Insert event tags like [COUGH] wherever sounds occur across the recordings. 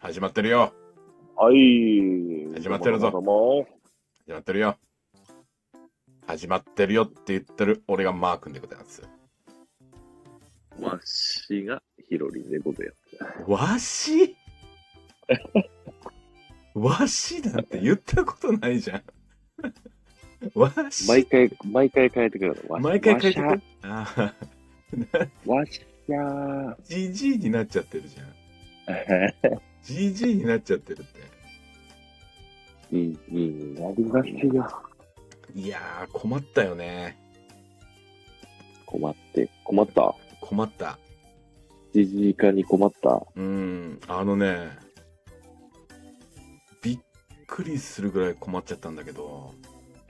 始まってるよ。はい。始まってるぞどうも始まってるよ。始まってるよって言ってる俺がマー君でございます。どうも。わしがヒロリンでございます。わ [LAUGHS] しわしなんて言ったことないじゃん。 [LAUGHS] わし毎回、毎回変えてくれるの。毎回書いてくるる。ああ、わしゃー。じじいになっちゃってるじゃん。うじじいになっちゃってるって。んうん、やりましよ。いやー、困ったよね。困って、困った。困った。じじいかに困った。うん、あのね、びっくりするぐらい困っちゃったんだけど、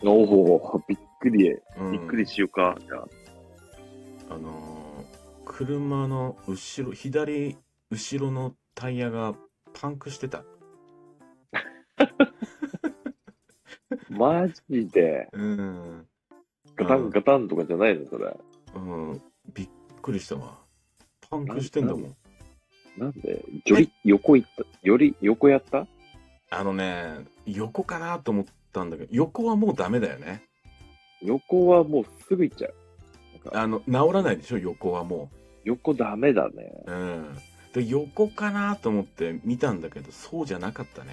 おお、びっくり。うんびっくりしようか。じゃああのー車の後ろ、左後ろのタイヤがパンクしてた。マジで、うん、ガタンガタンとかじゃないの、それ。うん、びっくりしたわ。パンクしてんだもん。なんで、より横行った、より横やったあのね、横かなと思ったんだけど、横はもうダメだよね。横はもうすぐ行っちゃう。なんかあの、治らないでしょ、横はもう。横ダメだね。うん、で横かなと思って見たんだけどそうじゃなかったね、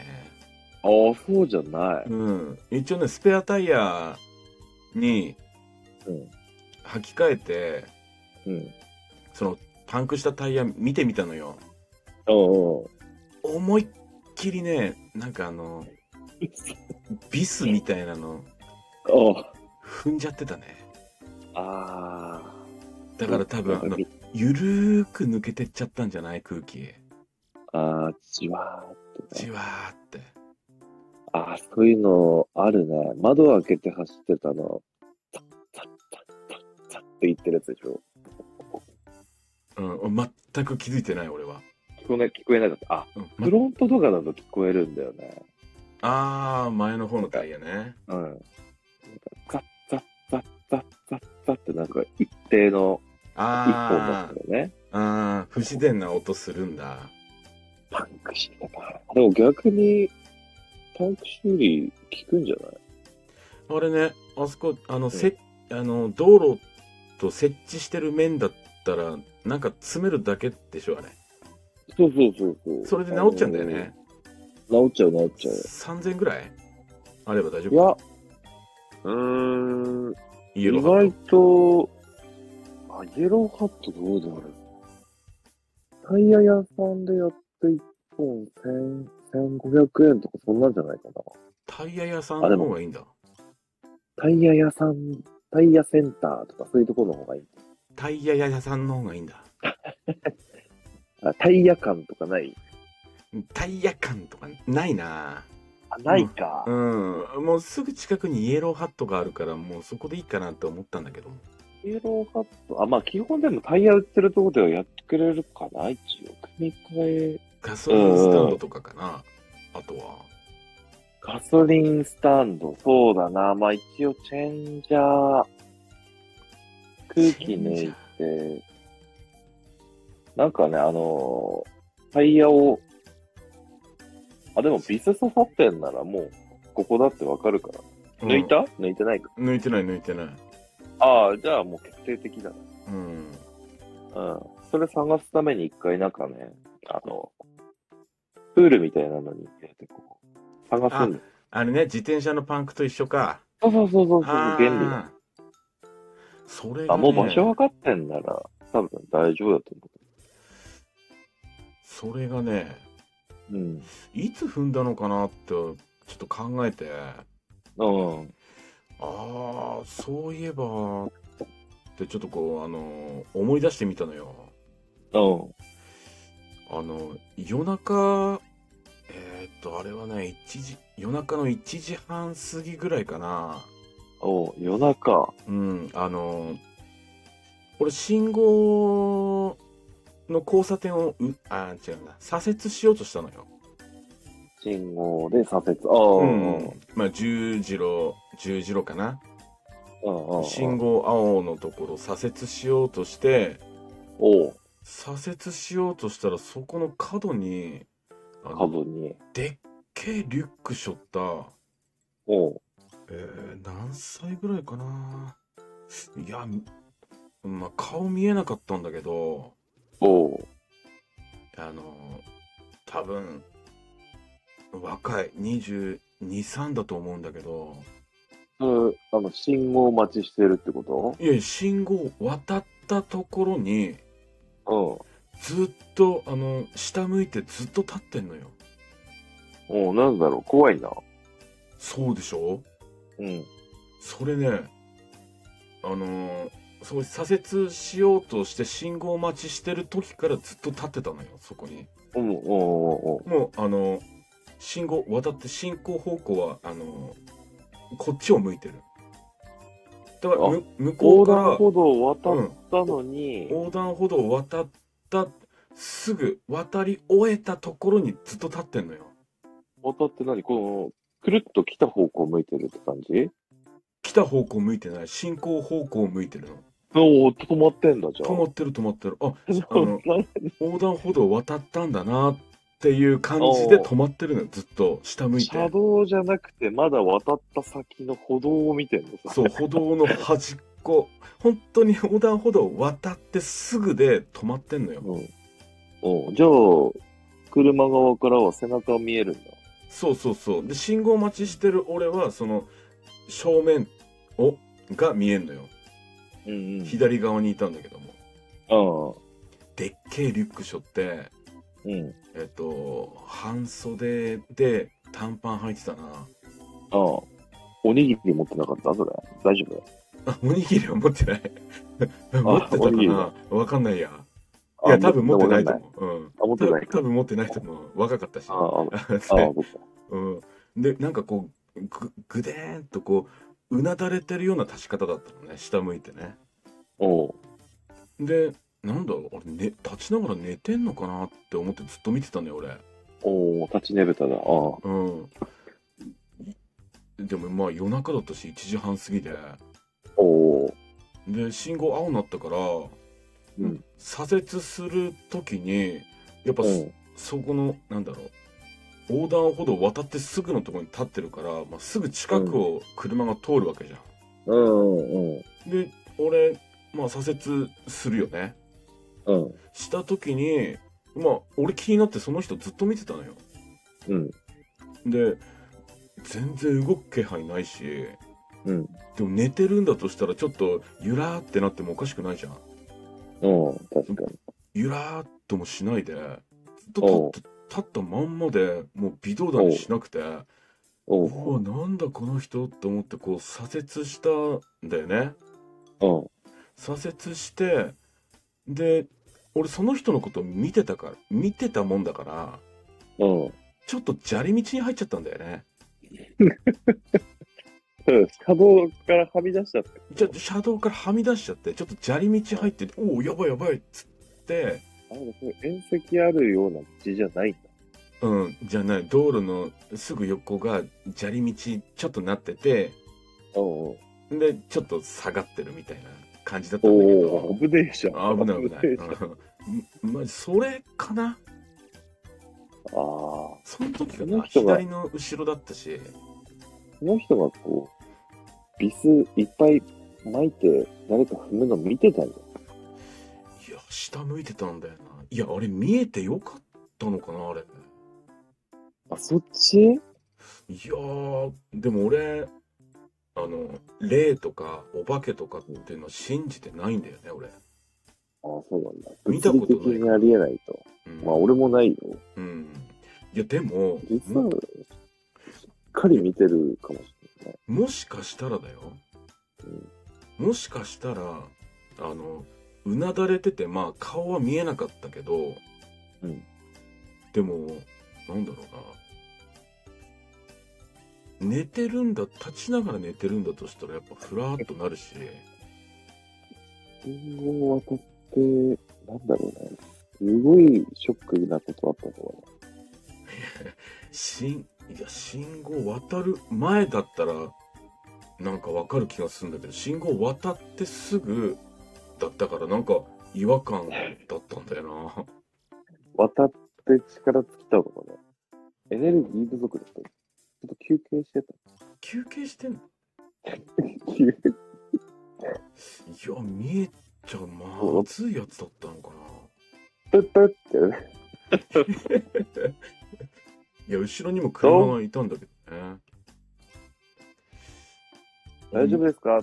ああ、そうじゃない。うん、一応ねスペアタイヤにうん履き替えてうん。そのパンクしたタイヤ見てみたのよおうん。思いっきりねなんかあのビスみたいなのおあ踏んじゃってたねあー。だから多分あのなんかゆるーく抜けてっちゃったんじゃない空気ああ、じわーっとね。じわーってああ、そういうのあるね。窓を開けて走ってたの、タッタッタッタッタッって言ってるやつでしょ。うん全く気づいてない俺は、聞こえない、聞こえなかった。あ、うんフロントとかだと聞こえるんだよね。ああ前の方のタイヤねうん。なんかザッザッザッザッザッザッってなんか一定の一本なあんだよね。あ、ああ、不自然な音するんだ。パンクしてたから。でも逆に、パンク修理聞くんじゃないあれね、あそこ、あの、んせ、あの、道路と設置してる面だったら、なんか詰めるだけでしょ、あれ。そうそうそうそう。それで治っちゃうんだよね。あのー。治っちゃう治っちゃう。 3000ぐらいあれば大丈夫いや、うーん、イ意エローハ外ッと、あ、イエローハットどうだろう。タイヤ屋さんでやって1本1000 1500円とかそんなんじゃないかな。トタイヤ屋さんあでのも方がいいんだ。タイヤ屋さん、タイヤセンターとかそういうところの方がいい。タイヤ屋さんの方がいいんだ。あタイヤ感とかないタイヤ感とかないなあ、ないか。うん。もうすぐ近くにイエローハットがあるから、もうそこでいいかなって思ったんだけど。イエローハット。あ、まあ基本でもタイヤ売ってるところではやってくれるかな一応。組み替え。ガソリンスタンドとかかな。あとは。ガソリンスタンド。そうだな。まあ一応チェンジャー。空気抜いて。なんかね、あのータイヤを、あ、でもビス刺さってんならもう、ここだってわかるから。抜いた、抜いてないか。抜いてない抜いてないああ、じゃあもう決定的だね。うんうん。それ探すために一回なんかね、あの、プールみたいなのに入れてこう、探すんだよ。あれね自転車のパンクと一緒かそうそうそうそうそう、あ原ー理だ。それが、ね、あ、もう場所分かってんなら、多分大丈夫だと思それがねう。うん。いつ踏んだのかなってちょっと考えてあうん。あそういえばってちょっとこうあの思い出してみたのようん。あの夜中えーっとあれはね1時夜中の1時半過ぎぐらいかなおう夜中。うん、あのー俺、信号の交差点を、う、あー、違うな、左折しようとしたのよ。信号で左折。ああ、うん。まあ、十字路、十字路かな。うん。うん。信。号青のところ左折しようとして、おう。左折しようとしたら、そこの角に、あの株に。でっけえリュックしょった、おうえー、何歳ぐらいかな。いや、みまあ、顔見えなかったんだけど、おうあの、多分、若い、22、3だと思うんだけど、それ、あの、信号待ちしてるってこいや、信号渡ったところに、とずっと、あの、下向いてずっと立ってんのよ。うん。おうなんだろう、怖いな。そうでしょうん。それね、あのーそう左折しようとして信号待ちしてる時からずっと立ってたのよ、そこに。うん、おうおうおうもう、あのー信号渡って進行方向は、あのーこっちを向いてる。だから、あむ向こ横うから断歩道を渡うんったのに、横断歩道を渡った、すぐ渡り終えたところにずっと立ってんのよ。渡って何この、くるっと来た方向向いてるって感じ来た方向向いてない、進行方向を向いてるの。おお、止まってんだ、じゃあ。止まってる止まってる。あ、あ [LAUGHS] の止まっ横断歩道を渡ったんだなっていう感じで止まってるのよずっと下向いて車道じゃなくて、まだ渡った先の歩道を見てんのさ。そう歩道の端っこ本当に横断歩道を渡ってすぐで止まってんのようん。うん。じゃあ、車側からは背中見えるんだ。そうそうそうで信号待ちしてる俺はその正面をが見えんのようんうん。左側にいたんだけどもああ。でっけえリュック背負ってうん。えっと半袖で短パン履いてたなああ。おにぎり持ってなかったそれ。大丈夫あおにぎりは持ってない持ってたおかにぎりなはわかんないやいあや、多分持ってないとう。思う。うん。あ、持ってない多か。分持ってないと思う。若かったし。 [LAUGHS] ああ、ああ、でそっか。うん。で、なんかこう、ぐ、ぐでーんとこう、うなだれてるような立ち方だったのね。下向いてね。おうで、なんだろう、あれ、ね、立ちながら寝てんのかなって思ってずっと見てたのよ、俺。おう立ちねぶただ。ああ。うん。でもまあ夜中だったし、1時半過ぎで。おうで、信号青になったから、うん。左折するときに、やっぱ、うん。そこの、なんだろう、横断歩道を渡ってすぐのところに立ってるから、まあ、すぐ近くを車が通るわけじゃん。うん。うん。で、俺、まあ、左折するよね。うん。した時に、まあ、俺気になってその人ずっと見てたのよ。うん。で、全然動く気配ないし、うん。でも寝てるんだとしたらちょっとゆらーってなってもおかしくないじゃん。うん。確かに。ゆらーっともしないで、ずっと立って立ったまんまで、もう微動だにしなくて、おうわうなんだこの人って思ってこう左折したんだよねうん。左折してで俺その人のこと見てたから見てたもんだからうん。ちょっと砂利道に入っちゃったんだよねうん。車道からはみ出しちゃった。ちょっと車道からはみ出しちゃってちょっと砂利道入っておおやばいやばいっつってあなんかそういう縁石あるような道じゃないんだ。うんじゃない道路のすぐ横が砂利道ちょっとなっててうんうん。でちょっと下がってるみたいな感じだったんだけおお、ど危ねえじゃん。危ない危ないねえじゃんうんまあそれかなああ、こその時かそなの人が左の後ろだったし、の人がこう、ビスいっぱい巻いて、誰か踏むの見てたんだ。いや、下向いてたんだよな。いや、あれ見えてよかったのかな、あれ。あ、そっちいやー、でも俺、あの、霊とかお化けとかっていうのは信じてないんだよね、俺。ああ、そうなんだ。見たことない物理的にありえないと。うん。まあ、俺もないよ。うん、いや、でも、実はも、しっかり見てるかもしれない。もしかしたらだよ。もしかしたら、あの、うなだれてて、まあ顔は見えなかったけど、うんでも、なんだろうな。寝てるんだ、立ちながら寝てるんだとしたら、やっぱふらーっとなるし、信号を渡って、なんだろうね。すごいショックなことあったと思信、いや、信号渡る前だったら、なんかわかる気がするんだけど、信号渡ってすぐだったから、なんか違和感だったんだよな。う。渡って力尽きたのかな。エネルギー不足だった。ちょっと休憩してた。 [LAUGHS] 休憩してんの休いや、見えちゃそうまずいやつだったのかな。プップッってね。 [LAUGHS] いや、後ろにも車がいたんだけどね。大丈夫ですか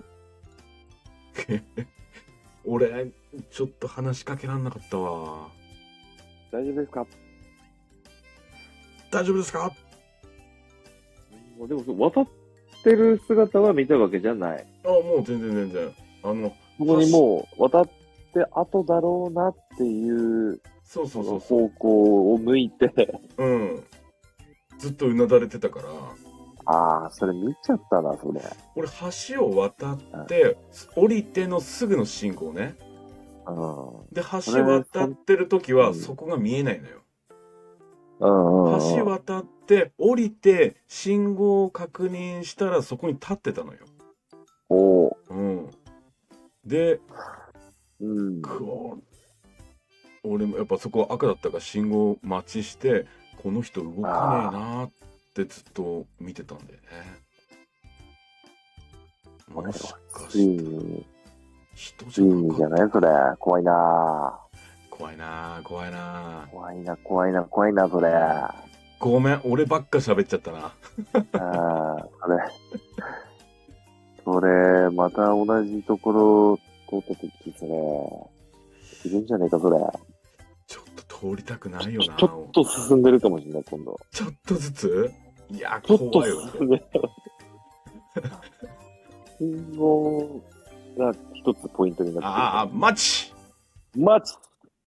俺、ちょっと話しかけらんなかったわ。大丈夫ですか大丈夫ですかもうでもそう、渡ってる姿は見たわけじゃない。あ、もう全然全然。あの、そこにもう、渡って後だろうなっていうそうそうそうそ方向を向いて、う。うん。ずっとうなだれてたから、ああ、それ見ちゃったな、それ。俺、橋を渡って、降りてのすぐの信号ね。うん。で、橋渡ってる時うは、んそこが見えないのよ。うんうんうん。橋渡って降りて信号を確認したらそこに立ってたのよ。おううん、でうん。こう俺もやっぱそこは赤だったから信号待ちしてこの人動かねえなーってずっと見てたんだよね。これもはしかついしてに、人つじいゃになじかゃっないそれ。怖いなた怖いなー怖いなーぁ怖いな、怖いな、怖い [LAUGHS] な、それ。あごめん俺ばっか喋っちゃったな。あ、それ。それ、また同じところ通った時、それ。いるんじゃねえか、それ。ちょっと通りたくないよなちょっと進んでるかもしれない、今度。ちょっとずついやちょっと怖いよね。進 [LAUGHS] んでる。信号が一つポイントになってああ、る。マッチマジ